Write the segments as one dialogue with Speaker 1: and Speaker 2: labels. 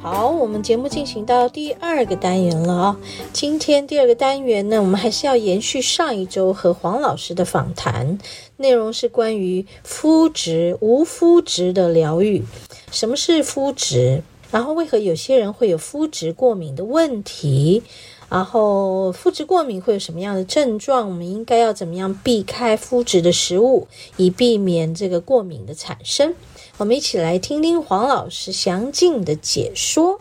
Speaker 1: 好，我们节目进行到第二个单元了啊、今天第二个单元呢，我们还是要延续上一周和黄老师的访谈，内容是关于肤质、无肤质的疗愈。什么是肤质？然后为何有些人会有肤质过敏的问题？然后肤质过敏会有什么样的症状？我们应该要怎么样避开肤质的食物，以避免这个过敏的产生？我们一起来听听黄老师详尽的解说。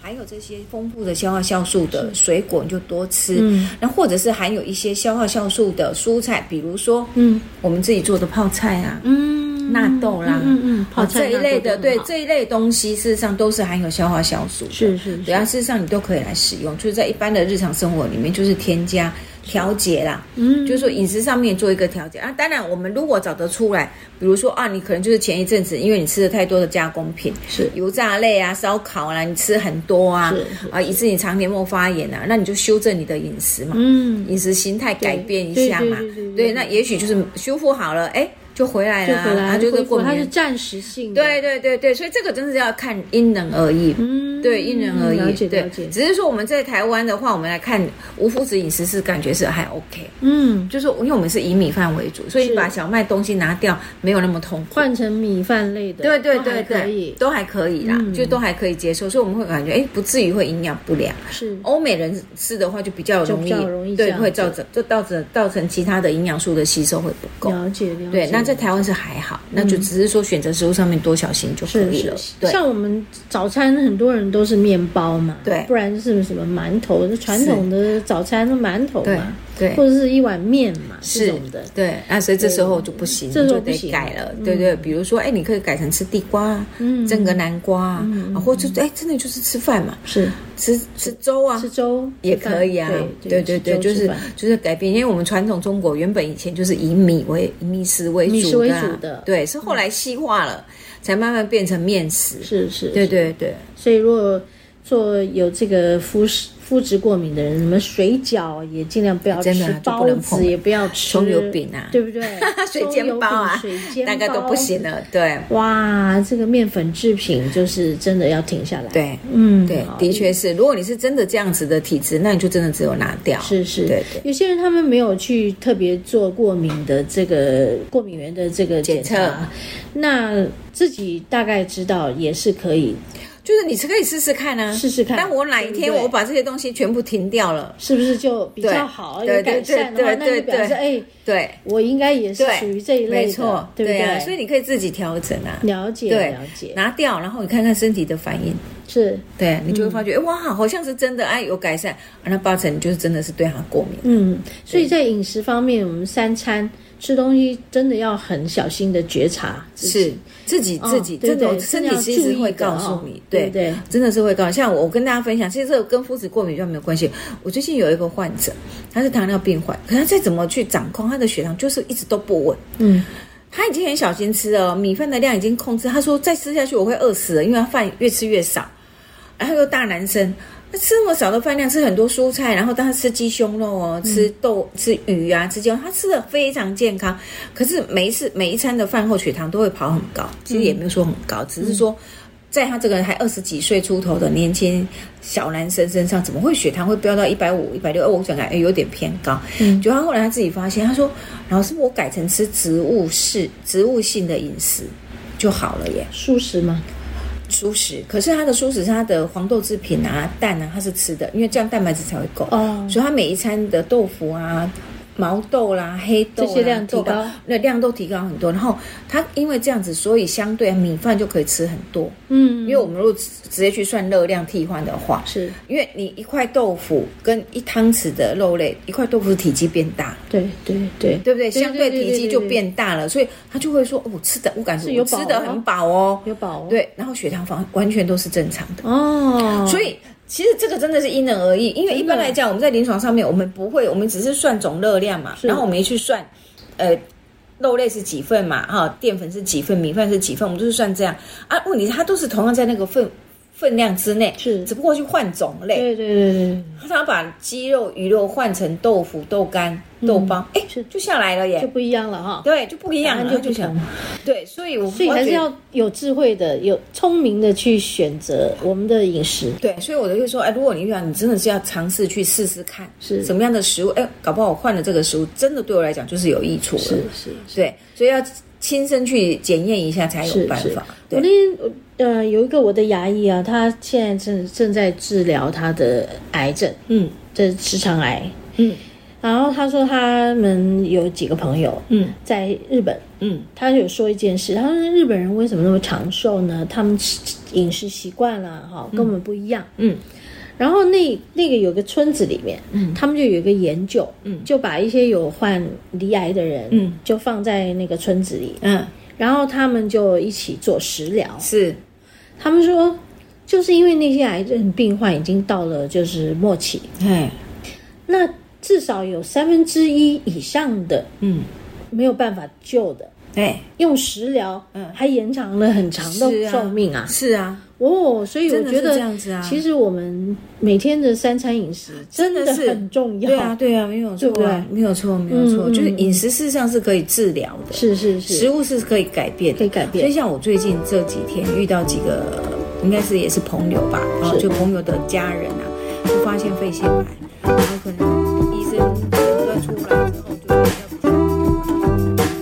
Speaker 2: 含有这些丰富的消化酵素的水果，你就多吃。
Speaker 1: 嗯
Speaker 2: 那或者是含有一些消化酵素的蔬菜，比如说
Speaker 1: 嗯
Speaker 2: 我们自己做的泡菜啊、
Speaker 1: 嗯
Speaker 2: 纳豆啦、哦
Speaker 1: 嗯嗯，泡菜
Speaker 2: 这一类的，对
Speaker 1: 这
Speaker 2: 这一类东西，事实上都是含有消化酵素的。
Speaker 1: 是是
Speaker 2: 对啊，事实上你都可以来使用，就是在一般的日常生活里面，就是添加调节啦，
Speaker 1: 嗯
Speaker 2: 就是说饮食上面做一个调节啊。当然，我们如果找得出来，比如说啊，你可能就是前一阵子因为你吃了太多的加工品，
Speaker 1: 是
Speaker 2: 油炸类啊、烧烤啦、你吃很多啊
Speaker 1: 是是，
Speaker 2: 啊，以致你肠黏膜发炎啊，那你就修正你的饮食嘛，
Speaker 1: 嗯
Speaker 2: 饮食形态改变一下嘛
Speaker 1: 对对对对，对
Speaker 2: 对，那也许就是修复好了，哎，就回来
Speaker 1: 就
Speaker 2: 了啊，
Speaker 1: 回来
Speaker 2: 啊就是
Speaker 1: 恢复
Speaker 2: 过
Speaker 1: 它是
Speaker 2: 年，
Speaker 1: 暂时性的，
Speaker 2: 对对对对，所以这个真是要看因人而异，
Speaker 1: 嗯
Speaker 2: 对，因人而异。
Speaker 1: 了解
Speaker 2: 对
Speaker 1: 了解，
Speaker 2: 只是说我们在台湾的话，我们来看无麸质饮食是感觉是还 OK，
Speaker 1: 嗯，
Speaker 2: 就是因为我们是以米饭为主，所以
Speaker 1: 是
Speaker 2: 把小麦东西拿掉没有那么痛苦。
Speaker 1: 换成米饭类的，
Speaker 2: 对对
Speaker 1: 都
Speaker 2: 对
Speaker 1: 还可
Speaker 2: 对
Speaker 1: 以，，
Speaker 2: 都还可以啦，
Speaker 1: 嗯
Speaker 2: 就都还可以接受，所以我们会感觉哎，不至于会营养不良。
Speaker 1: 是
Speaker 2: 欧美人吃的话就比较容易，
Speaker 1: 就比较容易这
Speaker 2: 对，
Speaker 1: 样子
Speaker 2: 会造成就造成造成其他的营养素的吸收会不够。
Speaker 1: 了解嗯了解。
Speaker 2: 对，那在台湾是还好，那就只是说选择食物上面多小心就可
Speaker 1: 是
Speaker 2: 以
Speaker 1: 嗯是
Speaker 2: 了。
Speaker 1: 是，
Speaker 2: 对，
Speaker 1: 像我们早餐很多人都是面包嘛，
Speaker 2: 对
Speaker 1: 不然是什么馒头，传统的早餐是馒头
Speaker 2: 对
Speaker 1: 嘛，
Speaker 2: 对。
Speaker 1: 或者是一碗面嘛，
Speaker 2: 是
Speaker 1: 这种的，
Speaker 2: 对，那所以这时候就不行，
Speaker 1: 这时候
Speaker 2: 就
Speaker 1: 不行
Speaker 2: 得改了。
Speaker 1: 嗯
Speaker 2: 对对，比如说，哎，你可以改成吃地瓜啊，
Speaker 1: 嗯
Speaker 2: 蒸个南瓜啊
Speaker 1: 嗯，
Speaker 2: 啊或者哎，真的就是吃饭嘛，
Speaker 1: 是
Speaker 2: 吃吃粥啊
Speaker 1: 吃。粥
Speaker 2: 也可以啊
Speaker 1: 吃饭，
Speaker 2: 对对对，就
Speaker 1: 吃粥吃
Speaker 2: 是
Speaker 1: 饭
Speaker 2: 就是改变，因为我们传统中国原本以前就是以米为米食为
Speaker 1: 米食
Speaker 2: 主
Speaker 1: 为
Speaker 2: 的啊
Speaker 1: 主的
Speaker 2: 对，是后来细化了，才慢慢变成面食。
Speaker 1: 是是，
Speaker 2: 对对对，
Speaker 1: 所以如果做有这个肤质肤质过敏的人，什么水饺也尽量不要吃
Speaker 2: 真的啊，就不
Speaker 1: 包
Speaker 2: 能
Speaker 1: 子
Speaker 2: 碰
Speaker 1: 也不要吃，
Speaker 2: 葱油饼啊？
Speaker 1: 对不对
Speaker 2: 水煎包啊
Speaker 1: 葱油饼水煎包
Speaker 2: 大概都不行。了。对
Speaker 1: 哇，这个面粉制品就是真的要停下来。，
Speaker 2: 对
Speaker 1: 嗯，
Speaker 2: 对
Speaker 1: 好，
Speaker 2: 的确是，如果你是真的这样子的体质，那你就真的只有拿掉。
Speaker 1: 是是，
Speaker 2: 对对。
Speaker 1: 有些人他们没有去特别做过敏的这个过敏源的这个检
Speaker 2: 检
Speaker 1: 查
Speaker 2: 测，
Speaker 1: 那自己大概知道也是可以
Speaker 2: 就是你是可以试试看啊，
Speaker 1: 试试看
Speaker 2: 但我哪一
Speaker 1: 对
Speaker 2: 天
Speaker 1: 不对
Speaker 2: 我把这些东西全部停掉了，
Speaker 1: 是不是就比较
Speaker 2: 对
Speaker 1: 好
Speaker 2: 对
Speaker 1: 有改善的话，
Speaker 2: 对对
Speaker 1: 那就
Speaker 2: 对
Speaker 1: 表示
Speaker 2: 对
Speaker 1: 哎，
Speaker 2: 对，
Speaker 1: 我应该也是
Speaker 2: 对
Speaker 1: 属于这一类的，
Speaker 2: 没错，
Speaker 1: 对不对？
Speaker 2: 啊，所以你可以自己调整啊，
Speaker 1: 了解
Speaker 2: 对
Speaker 1: 了解
Speaker 2: 拿掉，然后你看看身体的反应，
Speaker 1: 是
Speaker 2: 对你
Speaker 1: 嗯
Speaker 2: 就会发觉，哎、哇，好像是真的，哎，有改善，啊那八成你就是真的是对它过敏。
Speaker 1: 嗯，所以在饮食方面，我们三餐吃东西真的要很小心的觉察自己，
Speaker 2: 是自己
Speaker 1: 哦
Speaker 2: 自己，
Speaker 1: 对
Speaker 2: 这
Speaker 1: 对
Speaker 2: 种身体其实会告诉你，
Speaker 1: 这样要注意的哦对
Speaker 2: 对
Speaker 1: 对
Speaker 2: 真的是会告诉。像我跟大家分享，其实这个跟肤质过敏就没有关系。我最近有一个患者，他是糖尿病患，可他再怎么去掌控他的血糖，就是一直都不稳。
Speaker 1: 嗯，
Speaker 2: 他已经很小心吃了，米饭的量已经控制。他说再吃下去我会饿死了，因为他饭越吃越少，然后又大男生。那吃那么少的饭量，吃很多蔬菜，然后当他吃鸡胸肉哦，吃豆、吃鱼啊，吃鸡肉，他吃的非常健康。可是每一次每一餐的饭后血糖都会跑很高，其实也没有说很高，只是说在他这个还二十几岁出头的年轻小男生身上，怎么会血糖会飙到一百五、一百六？我想感哎有点偏高。
Speaker 1: 嗯
Speaker 2: 就他后来他自己发现，他说老师，我改成吃植物式、植物性的饮食就好了耶，
Speaker 1: 素食嘛，
Speaker 2: 蔬食。可是他的蔬食，他的黄豆制品啊、蛋啊，他是吃的，因为这样蛋白质才会够。
Speaker 1: 哦
Speaker 2: 所以他每一餐的豆腐啊、毛豆啦、黑豆啦
Speaker 1: 这些量提高，
Speaker 2: 豆吧那量都提高很多。然后他因为这样子，所以相对啊米饭就可以吃很多。
Speaker 1: 嗯，
Speaker 2: 因为我们如果直接去算热量替换的话，
Speaker 1: 是
Speaker 2: 因为你一块豆腐跟一汤匙的肉类，一块豆腐体积变大，
Speaker 1: 对对对
Speaker 2: 对不对？相对体积就。
Speaker 1: 对
Speaker 2: 变大了，所以他就会说：“哦，我吃的，我感
Speaker 1: 是
Speaker 2: 觉
Speaker 1: 有
Speaker 2: 我
Speaker 1: 饱
Speaker 2: 吃的
Speaker 1: 哦
Speaker 2: 很饱哦。
Speaker 1: 有饱哦
Speaker 2: 对，然后血糖反完全都是正常的，
Speaker 1: 哦，
Speaker 2: 所以其实这个真的是因人而异，因为一般
Speaker 1: 真的
Speaker 2: 来讲，我们在临床上面，我们不会，我们只是算总热量嘛，
Speaker 1: 是
Speaker 2: 然后我们也去算，呃，肉类是几份嘛，哈、淀粉是几份，米饭是几份，我们就是算这样啊。问题是它都是同样在那个份分量之内，
Speaker 1: 是
Speaker 2: 只不过去换种类，
Speaker 1: 对对对对
Speaker 2: 他把鸡肉、鱼肉换成豆腐、豆干、豆包，哎、
Speaker 1: 嗯是
Speaker 2: 就下来了
Speaker 1: 对，
Speaker 2: 耶。
Speaker 1: 就不一样了哈。
Speaker 2: 对，就不一样
Speaker 1: 答
Speaker 2: 了，
Speaker 1: 案就
Speaker 2: 就
Speaker 1: 不
Speaker 2: 想
Speaker 1: 同，
Speaker 2: 对，所以我
Speaker 1: 所以
Speaker 2: 我
Speaker 1: 还是
Speaker 2: 觉得
Speaker 1: 要有智慧的、有聪明的去选择我们的饮食。
Speaker 2: 对，所以我就会说，哎，如果你遇到，你真的是要尝试去试试看，
Speaker 1: 是
Speaker 2: 什么样的食物，哎，搞不好我换了这个食物，真的对我来讲就是有益处了。
Speaker 1: 是是是，
Speaker 2: 对，所以要亲身去检验一下才有
Speaker 1: 是
Speaker 2: 办
Speaker 1: 是
Speaker 2: 法。对，
Speaker 1: 我那天呃有一个我的牙医啊，他现在正正在治疗他的癌症，
Speaker 2: 嗯
Speaker 1: 这是直肠癌。
Speaker 2: 嗯
Speaker 1: 然后他说他们有几个朋友
Speaker 2: 嗯
Speaker 1: 在日本，
Speaker 2: 嗯，
Speaker 1: 他有说一件事，他说日本人为什么那么长寿呢？他们吃饮食习惯啦，哈，跟我们不一样。
Speaker 2: 嗯，
Speaker 1: 然后那那个有个村子里面，嗯，他们就有一个研究，
Speaker 2: 嗯
Speaker 1: 就把一些有患离癌的人，
Speaker 2: 嗯，
Speaker 1: 就放在那个村子里，
Speaker 2: 嗯，
Speaker 1: 然后他们就一起做食疗。
Speaker 2: 是，
Speaker 1: 他们说，就是因为那些癌症病患已经到了就是末期，
Speaker 2: 哎，
Speaker 1: 那至少有三分之一以上的
Speaker 2: 嗯，
Speaker 1: 没有办法救的，
Speaker 2: 哎，
Speaker 1: 用食疗，
Speaker 2: 嗯
Speaker 1: 还延长了很长
Speaker 2: 是
Speaker 1: 的
Speaker 2: 啊
Speaker 1: 寿命啊！
Speaker 2: 是啊，
Speaker 1: 哦，所以我
Speaker 2: 真的
Speaker 1: 觉
Speaker 2: 是
Speaker 1: 得
Speaker 2: 这样子啊
Speaker 1: 其实我们每天的三餐饮食真
Speaker 2: 真的是
Speaker 1: 很重要，
Speaker 2: 对啊，对啊，没有错
Speaker 1: 对不
Speaker 2: 啊
Speaker 1: 对，
Speaker 2: 没有错，没有错，
Speaker 1: 嗯嗯
Speaker 2: 就是
Speaker 1: 嗯
Speaker 2: 饮食事实上是可以治疗的，
Speaker 1: 是是
Speaker 2: 食
Speaker 1: 是，
Speaker 2: 物是可以改变的
Speaker 1: 可以改
Speaker 2: 所以
Speaker 1: 变，
Speaker 2: 像我最近这几天遇到几个，应该是也是朋友吧，然后
Speaker 1: 是
Speaker 2: 就朋友的家人啊，就发现肺腺癌，然后可能医生诊断出来之后就比较不舒服。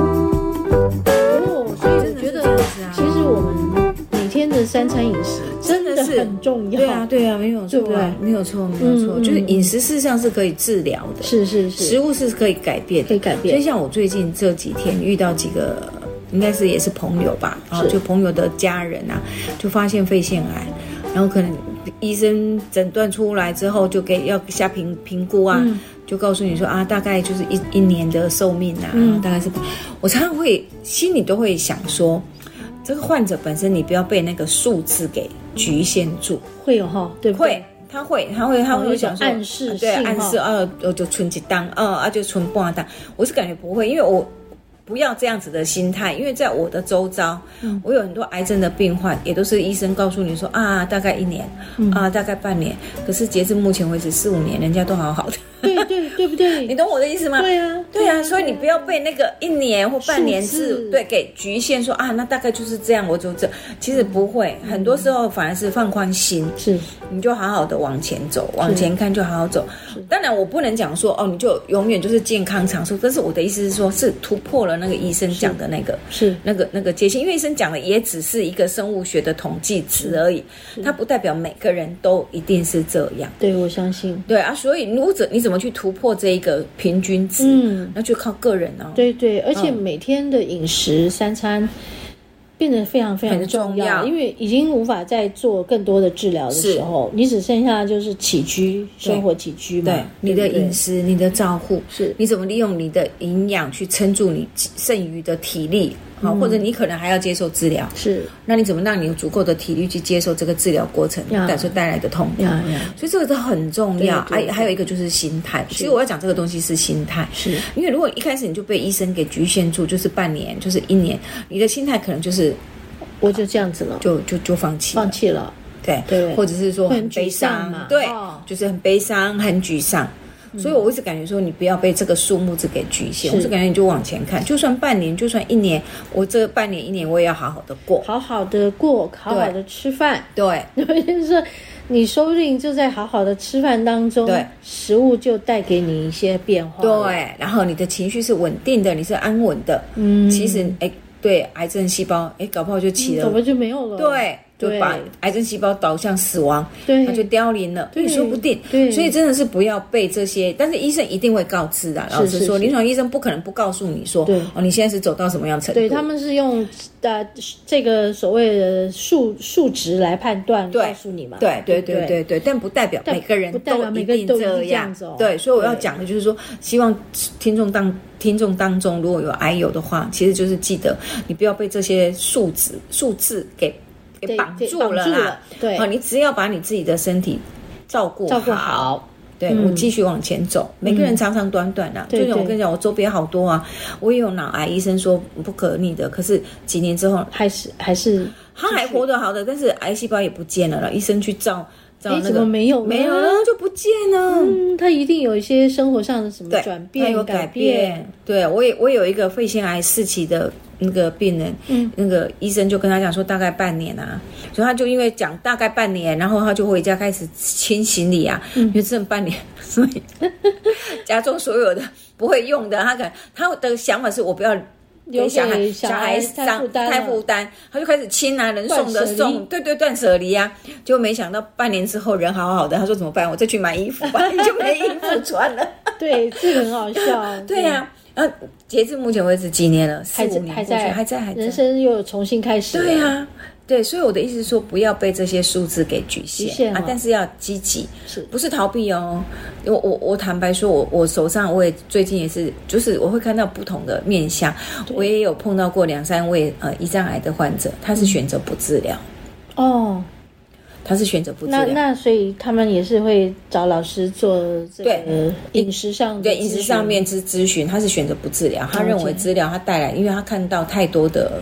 Speaker 1: 哦，所以我觉
Speaker 2: 真
Speaker 1: 得
Speaker 2: 的是这样子
Speaker 1: 其
Speaker 2: 啊
Speaker 1: 实我们每天的三餐饮食真的
Speaker 2: 真的是
Speaker 1: 很重
Speaker 2: 对啊，
Speaker 1: 要，
Speaker 2: 对啊，没有错
Speaker 1: 对不对
Speaker 2: 啊，没有错，没有错，
Speaker 1: 嗯嗯
Speaker 2: 就是饮食事实上是可以治疗的，
Speaker 1: 是是
Speaker 2: 食
Speaker 1: 是，
Speaker 2: 物是可以改变的
Speaker 1: 可以。改
Speaker 2: 所以
Speaker 1: 变，
Speaker 2: 像我最近这几天遇到几个，应该是也是朋友吧，啊，
Speaker 1: 是
Speaker 2: 就朋友的家人啊，就发现肺腺癌，然后可能医生诊断出来之后，就给要下评评估啊，
Speaker 1: 嗯
Speaker 2: 就告诉你说啊，大概就是一一年的寿命啊，
Speaker 1: 嗯
Speaker 2: 然后大概是，我常常会心里都会想说，这个患者本身你不要被那个数字给局限住，
Speaker 1: 会有哈，对不
Speaker 2: 会
Speaker 1: 对？。
Speaker 2: 他会，他会，他
Speaker 1: 哦有
Speaker 2: 会
Speaker 1: 一种
Speaker 2: 想说
Speaker 1: 暗示
Speaker 2: 啊对，
Speaker 1: 信
Speaker 2: 暗
Speaker 1: 号
Speaker 2: 示啊，我就存几档，啊啊，就存半档。我是感觉不会，因为我不要这样子的心态，因为在我的周遭，
Speaker 1: 嗯
Speaker 2: 我有很多癌症的病患，也都是医生告诉你说啊，大概一年，
Speaker 1: 嗯
Speaker 2: 啊，大概半年，可是截至目前为止四五年，人家都好好的，
Speaker 1: 对对对不
Speaker 2: 你
Speaker 1: 对？
Speaker 2: 懂我的意思吗？
Speaker 1: 对啊，
Speaker 2: 对啊，所以你不要被那个一年或半年
Speaker 1: 数字
Speaker 2: 制对给局限说啊，那大概就是这样，我就这。其实不会，
Speaker 1: 嗯
Speaker 2: 很多时候反而是放宽心，
Speaker 1: 是
Speaker 2: 你就好好的往前走，往前看就好好走。当然，我不能讲说哦，你就永远就是健康长寿，但是我的意思是说，是突破了那个医生讲的那个。
Speaker 1: 是
Speaker 2: 那个那个界限，因为医生讲的也只是一个生物学的统计值而已，它不代表每个人都一定是这样。
Speaker 1: 对，我相信，
Speaker 2: 对啊，所以如怎你怎么去突破这一个平均值，
Speaker 1: 嗯，
Speaker 2: 那就靠个人哦。
Speaker 1: 对对，而且
Speaker 2: 嗯
Speaker 1: 每天的饮食三餐。变得非常非常
Speaker 2: 很重
Speaker 1: 重要，
Speaker 2: 要
Speaker 1: 因为已经无法再做更多的治疗的
Speaker 2: 是
Speaker 1: 时候，你只剩下就是起居生活起居嘛
Speaker 2: 对，你的
Speaker 1: 对不对
Speaker 2: 饮食、你的照护，
Speaker 1: 是
Speaker 2: 你怎么利用你的营养去撑住你剩余的体力，好、
Speaker 1: 嗯
Speaker 2: 或者你可能还要接受治疗，
Speaker 1: 是
Speaker 2: 那你怎么让你有足够的体力去接受这个治疗过程
Speaker 1: 呀
Speaker 2: 带所带来的痛苦？
Speaker 1: 呀呀
Speaker 2: 所以这个都很重要，
Speaker 1: 对对
Speaker 2: 还
Speaker 1: 对
Speaker 2: 还有一个就是心态。其实我要讲这个东西是心态，
Speaker 1: 是
Speaker 2: 因为如果一开始你就被医生给局限住，就是半年，就是一年，你的心态可能就是
Speaker 1: 我就这样子了，
Speaker 2: 就就就放弃了
Speaker 1: 放弃了，
Speaker 2: 对
Speaker 1: 对
Speaker 2: 或者是说
Speaker 1: 会
Speaker 2: 很
Speaker 1: 很
Speaker 2: 悲
Speaker 1: 沮丧
Speaker 2: 伤
Speaker 1: 嘛，
Speaker 2: 对
Speaker 1: 哦，嗯
Speaker 2: 就是很悲伤、很沮丧。所以我一直感觉说，你不要被这个数目字给局限，
Speaker 1: 是
Speaker 2: 我是感觉你就往前看，就算半年，就算一年，我这半年一年我也要好好的过。
Speaker 1: 好好的过，好好的吃饭。
Speaker 2: 对，
Speaker 1: 对，就是说你说不定就在好好的吃饭当中，
Speaker 2: 对，
Speaker 1: 食物就带给你一些变化。，
Speaker 2: 对，然后你的情绪是稳定的，你是安稳的，
Speaker 1: 嗯，
Speaker 2: 其实哎，对，癌症细胞哎，搞不好就起
Speaker 1: 怎
Speaker 2: 了，
Speaker 1: 么就没有了？
Speaker 2: 对，就
Speaker 1: 对
Speaker 2: 把癌症细胞导向死亡，
Speaker 1: 对，
Speaker 2: 它就凋零了，
Speaker 1: 对
Speaker 2: 也说不定。
Speaker 1: 对
Speaker 2: 所以真的是不要被这些，但是医生一定会告知的。老
Speaker 1: 是
Speaker 2: 实
Speaker 1: 是
Speaker 2: 说，
Speaker 1: 是
Speaker 2: 临床医生不可能不告诉你说
Speaker 1: 对，
Speaker 2: 哦，你现在是走到什么样程度？
Speaker 1: 对，他们是用呃这个所谓的数数值来判断，
Speaker 2: 对
Speaker 1: 告诉你嘛。
Speaker 2: 对对
Speaker 1: 不
Speaker 2: 对对对，但不代表
Speaker 1: 但
Speaker 2: 每个人
Speaker 1: 不代表每个人
Speaker 2: 一
Speaker 1: 都
Speaker 2: 定
Speaker 1: 一定
Speaker 2: 这
Speaker 1: 这样子哦
Speaker 2: 对，所以我要
Speaker 1: 对
Speaker 2: 讲的就是说，希望听众当听众当中如果有癌友的话，其实就是记得你不要被这些数字数字给给
Speaker 1: 对
Speaker 2: 绑
Speaker 1: 给
Speaker 2: 住
Speaker 1: 绑
Speaker 2: 了
Speaker 1: 住
Speaker 2: 啦
Speaker 1: 了。对
Speaker 2: 啊，你只要把你自己的身体照顾
Speaker 1: 照顾好。
Speaker 2: 对、
Speaker 1: 嗯
Speaker 2: 我继续往前走，每个人长长短短啊，
Speaker 1: 对
Speaker 2: 就像我
Speaker 1: 对
Speaker 2: 跟你讲，我周边好多啊，我也有脑癌，医生说不可逆的，可是几年之后
Speaker 1: 还是还是
Speaker 2: 他还活得好的，但是癌细胞也不见了了。医生去照照
Speaker 1: 哎
Speaker 2: 嗯那
Speaker 1: 怎么
Speaker 2: 个，
Speaker 1: 没有呢
Speaker 2: 没有啊了就不见了。
Speaker 1: 嗯，他一定有一些生活上的什么
Speaker 2: 对，
Speaker 1: 转
Speaker 2: 他
Speaker 1: 变、
Speaker 2: 有
Speaker 1: 改
Speaker 2: 改。对我也我有一个肺腺癌四期的那个病人，
Speaker 1: 嗯，
Speaker 2: 那个医生就跟他讲说大概半年啊，所以他就因为讲大概半年，然后他就回家开始清行李啊，
Speaker 1: 嗯
Speaker 2: 因为剩半年， 所以家中所有的不会用的，他可能他的想法是我不要。
Speaker 1: 留给
Speaker 2: 小孩
Speaker 1: 小
Speaker 2: 孩
Speaker 1: 孩太
Speaker 2: 伤
Speaker 1: 负担了
Speaker 2: 太负担，他就开始亲啊，人送的
Speaker 1: 断舍离
Speaker 2: 送，对对断舍离啊，就没想到半年之后人好好的，他说怎么办？我再去买衣服吧，就没衣服穿 了。
Speaker 1: 对，这个很好笑。
Speaker 2: 对呀、啊，呃，截至目前为止几年了？四
Speaker 1: 还
Speaker 2: 五
Speaker 1: 在
Speaker 2: 年
Speaker 1: 还
Speaker 2: 过去
Speaker 1: 在
Speaker 2: 还在还在
Speaker 1: 人生又重新开始了。
Speaker 2: 对啊呀、对，所以我的意思是说，不要被这些数字给局限
Speaker 1: 局限了
Speaker 2: 啊，但是要积极，
Speaker 1: 是
Speaker 2: 不是逃避哦？我我我坦白说，我我手上我也最近也是，就是我会看到不同的面相，我也有碰到过两三位呃胰脏癌的患者，他是选择不治疗，
Speaker 1: 哦，
Speaker 2: 他是啊选择不治
Speaker 1: 那
Speaker 2: 疗。
Speaker 1: 那所以他们也是会找老师做这个
Speaker 2: 对
Speaker 1: 饮食上的
Speaker 2: 对饮食
Speaker 1: 咨询
Speaker 2: 上面是咨询，他是选择不治疗，他
Speaker 1: 了解
Speaker 2: 认为治疗他带来，因为他看到太多的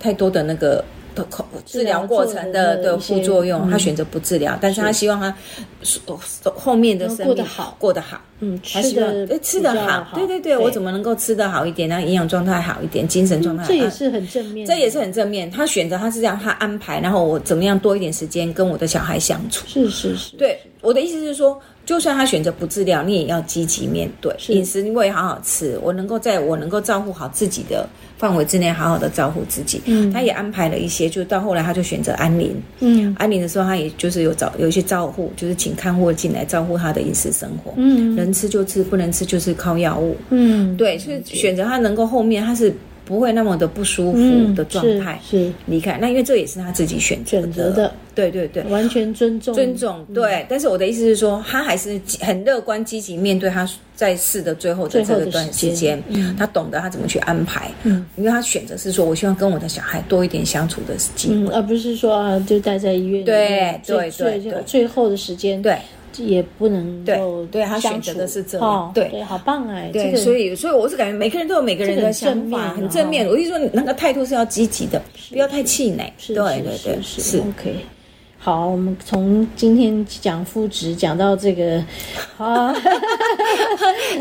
Speaker 2: 太多的那个的口治
Speaker 1: 疗
Speaker 2: 疗过程的
Speaker 1: 做的
Speaker 2: 的
Speaker 1: 一些
Speaker 2: 副作用，
Speaker 1: 嗯
Speaker 2: 他选择不治疗，但是他希望他后后面的
Speaker 1: 能
Speaker 2: 生命
Speaker 1: 过得好
Speaker 2: 过得好。
Speaker 1: 嗯
Speaker 2: 他
Speaker 1: 吃
Speaker 2: 希望
Speaker 1: 的
Speaker 2: 哎吃得好，对对对，我怎
Speaker 1: 么
Speaker 2: 么能够吃得好一点，然后营养状态好一点，精神状态好
Speaker 1: 这也
Speaker 2: 啊
Speaker 1: 是很正面的，
Speaker 2: 这也是很正面。他选择他是这样，他安排，然后我怎么样多一点时间跟我的小孩相处。
Speaker 1: 是是是，
Speaker 2: 对，我的意思是说，就算他选择不治疗，你也要积极面对
Speaker 1: 是
Speaker 2: 饮食，我也好好吃，我能够在我能够照顾好自己的范围之内，好好的照顾自己。
Speaker 1: 嗯
Speaker 2: 他也安排了一些，就到后来他就选择安宁。
Speaker 1: 嗯
Speaker 2: 安宁的时候，他也就是有找有一些照护，就是请看护进来照顾他的饮食生活。
Speaker 1: 嗯
Speaker 2: 能吃就吃，不能吃就是靠药物。
Speaker 1: 嗯
Speaker 2: 对，所以选择他能够后面他是不会那么的不舒服
Speaker 1: 嗯
Speaker 2: 的状态
Speaker 1: 是
Speaker 2: 离开。那因为这也是他自己选择
Speaker 1: 选择的，嗯
Speaker 2: 对对对
Speaker 1: 是。完全尊重
Speaker 2: 尊重，对。但是我的意思是说，他还是积很乐观、积极面对他在世的最后的
Speaker 1: 最
Speaker 2: 这
Speaker 1: 后
Speaker 2: 个
Speaker 1: 的
Speaker 2: 段
Speaker 1: 时
Speaker 2: 时
Speaker 1: 间
Speaker 2: 间，他懂得他怎么去安排。
Speaker 1: 嗯
Speaker 2: 因为他选择是说，我希望跟我的小孩多一点相处的机
Speaker 1: 嗯，
Speaker 2: 会。
Speaker 1: 而不是说啊就待在医院里
Speaker 2: 对
Speaker 1: 面最
Speaker 2: 对对
Speaker 1: 最
Speaker 2: 对
Speaker 1: 最后的时间
Speaker 2: 对
Speaker 1: 也不能够
Speaker 2: 对对他选
Speaker 1: 相
Speaker 2: 择
Speaker 1: 处
Speaker 2: 的是这样
Speaker 1: 哦
Speaker 2: 对
Speaker 1: 对，好棒哎，
Speaker 2: 对，
Speaker 1: 这个
Speaker 2: 所以所以我是感觉每个人都有每个人的想法，
Speaker 1: 这个很正面啊
Speaker 2: 很正面。我就说，你那个态度是要积极的，不要太气馁。
Speaker 1: 是
Speaker 2: 对
Speaker 1: 是
Speaker 2: 对对，
Speaker 1: 是 OK。好，我们从今天讲肤质讲到这个 啊，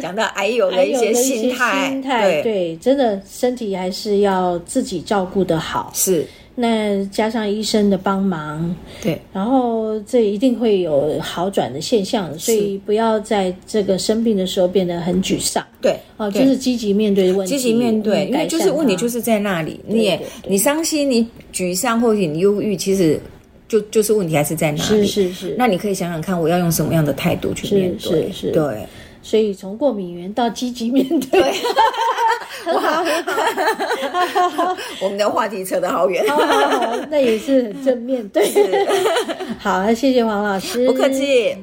Speaker 2: 讲到癌友
Speaker 1: 还
Speaker 2: 的一
Speaker 1: 有
Speaker 2: 些
Speaker 1: 的一些
Speaker 2: 心态，
Speaker 1: 心态对，真的身体还是要自己照顾的好。
Speaker 2: 是，
Speaker 1: 那加上医生的帮忙，
Speaker 2: 对
Speaker 1: 然后这一定会有好转的现象，所以不要在这个生病的时候变得很沮丧
Speaker 2: 对
Speaker 1: 哦，
Speaker 2: 对
Speaker 1: 就是积极面对问题，
Speaker 2: 积极面对，
Speaker 1: 嗯
Speaker 2: 因为就是问题就。
Speaker 1: 改善它
Speaker 2: 是在那里，你也
Speaker 1: 对
Speaker 2: 你伤心、你沮丧或者你忧郁，其实就就是问题还是在那
Speaker 1: 是
Speaker 2: 里。
Speaker 1: 是是，
Speaker 2: 那你可以想想看，我要用什么样的态度去面对？
Speaker 1: 是是
Speaker 2: 对，
Speaker 1: 所以从过敏源到积极面对，
Speaker 2: 我们的话题扯得好远。
Speaker 1: 哦那也是很正面对。好，那谢谢黄老师，
Speaker 2: 不客。气。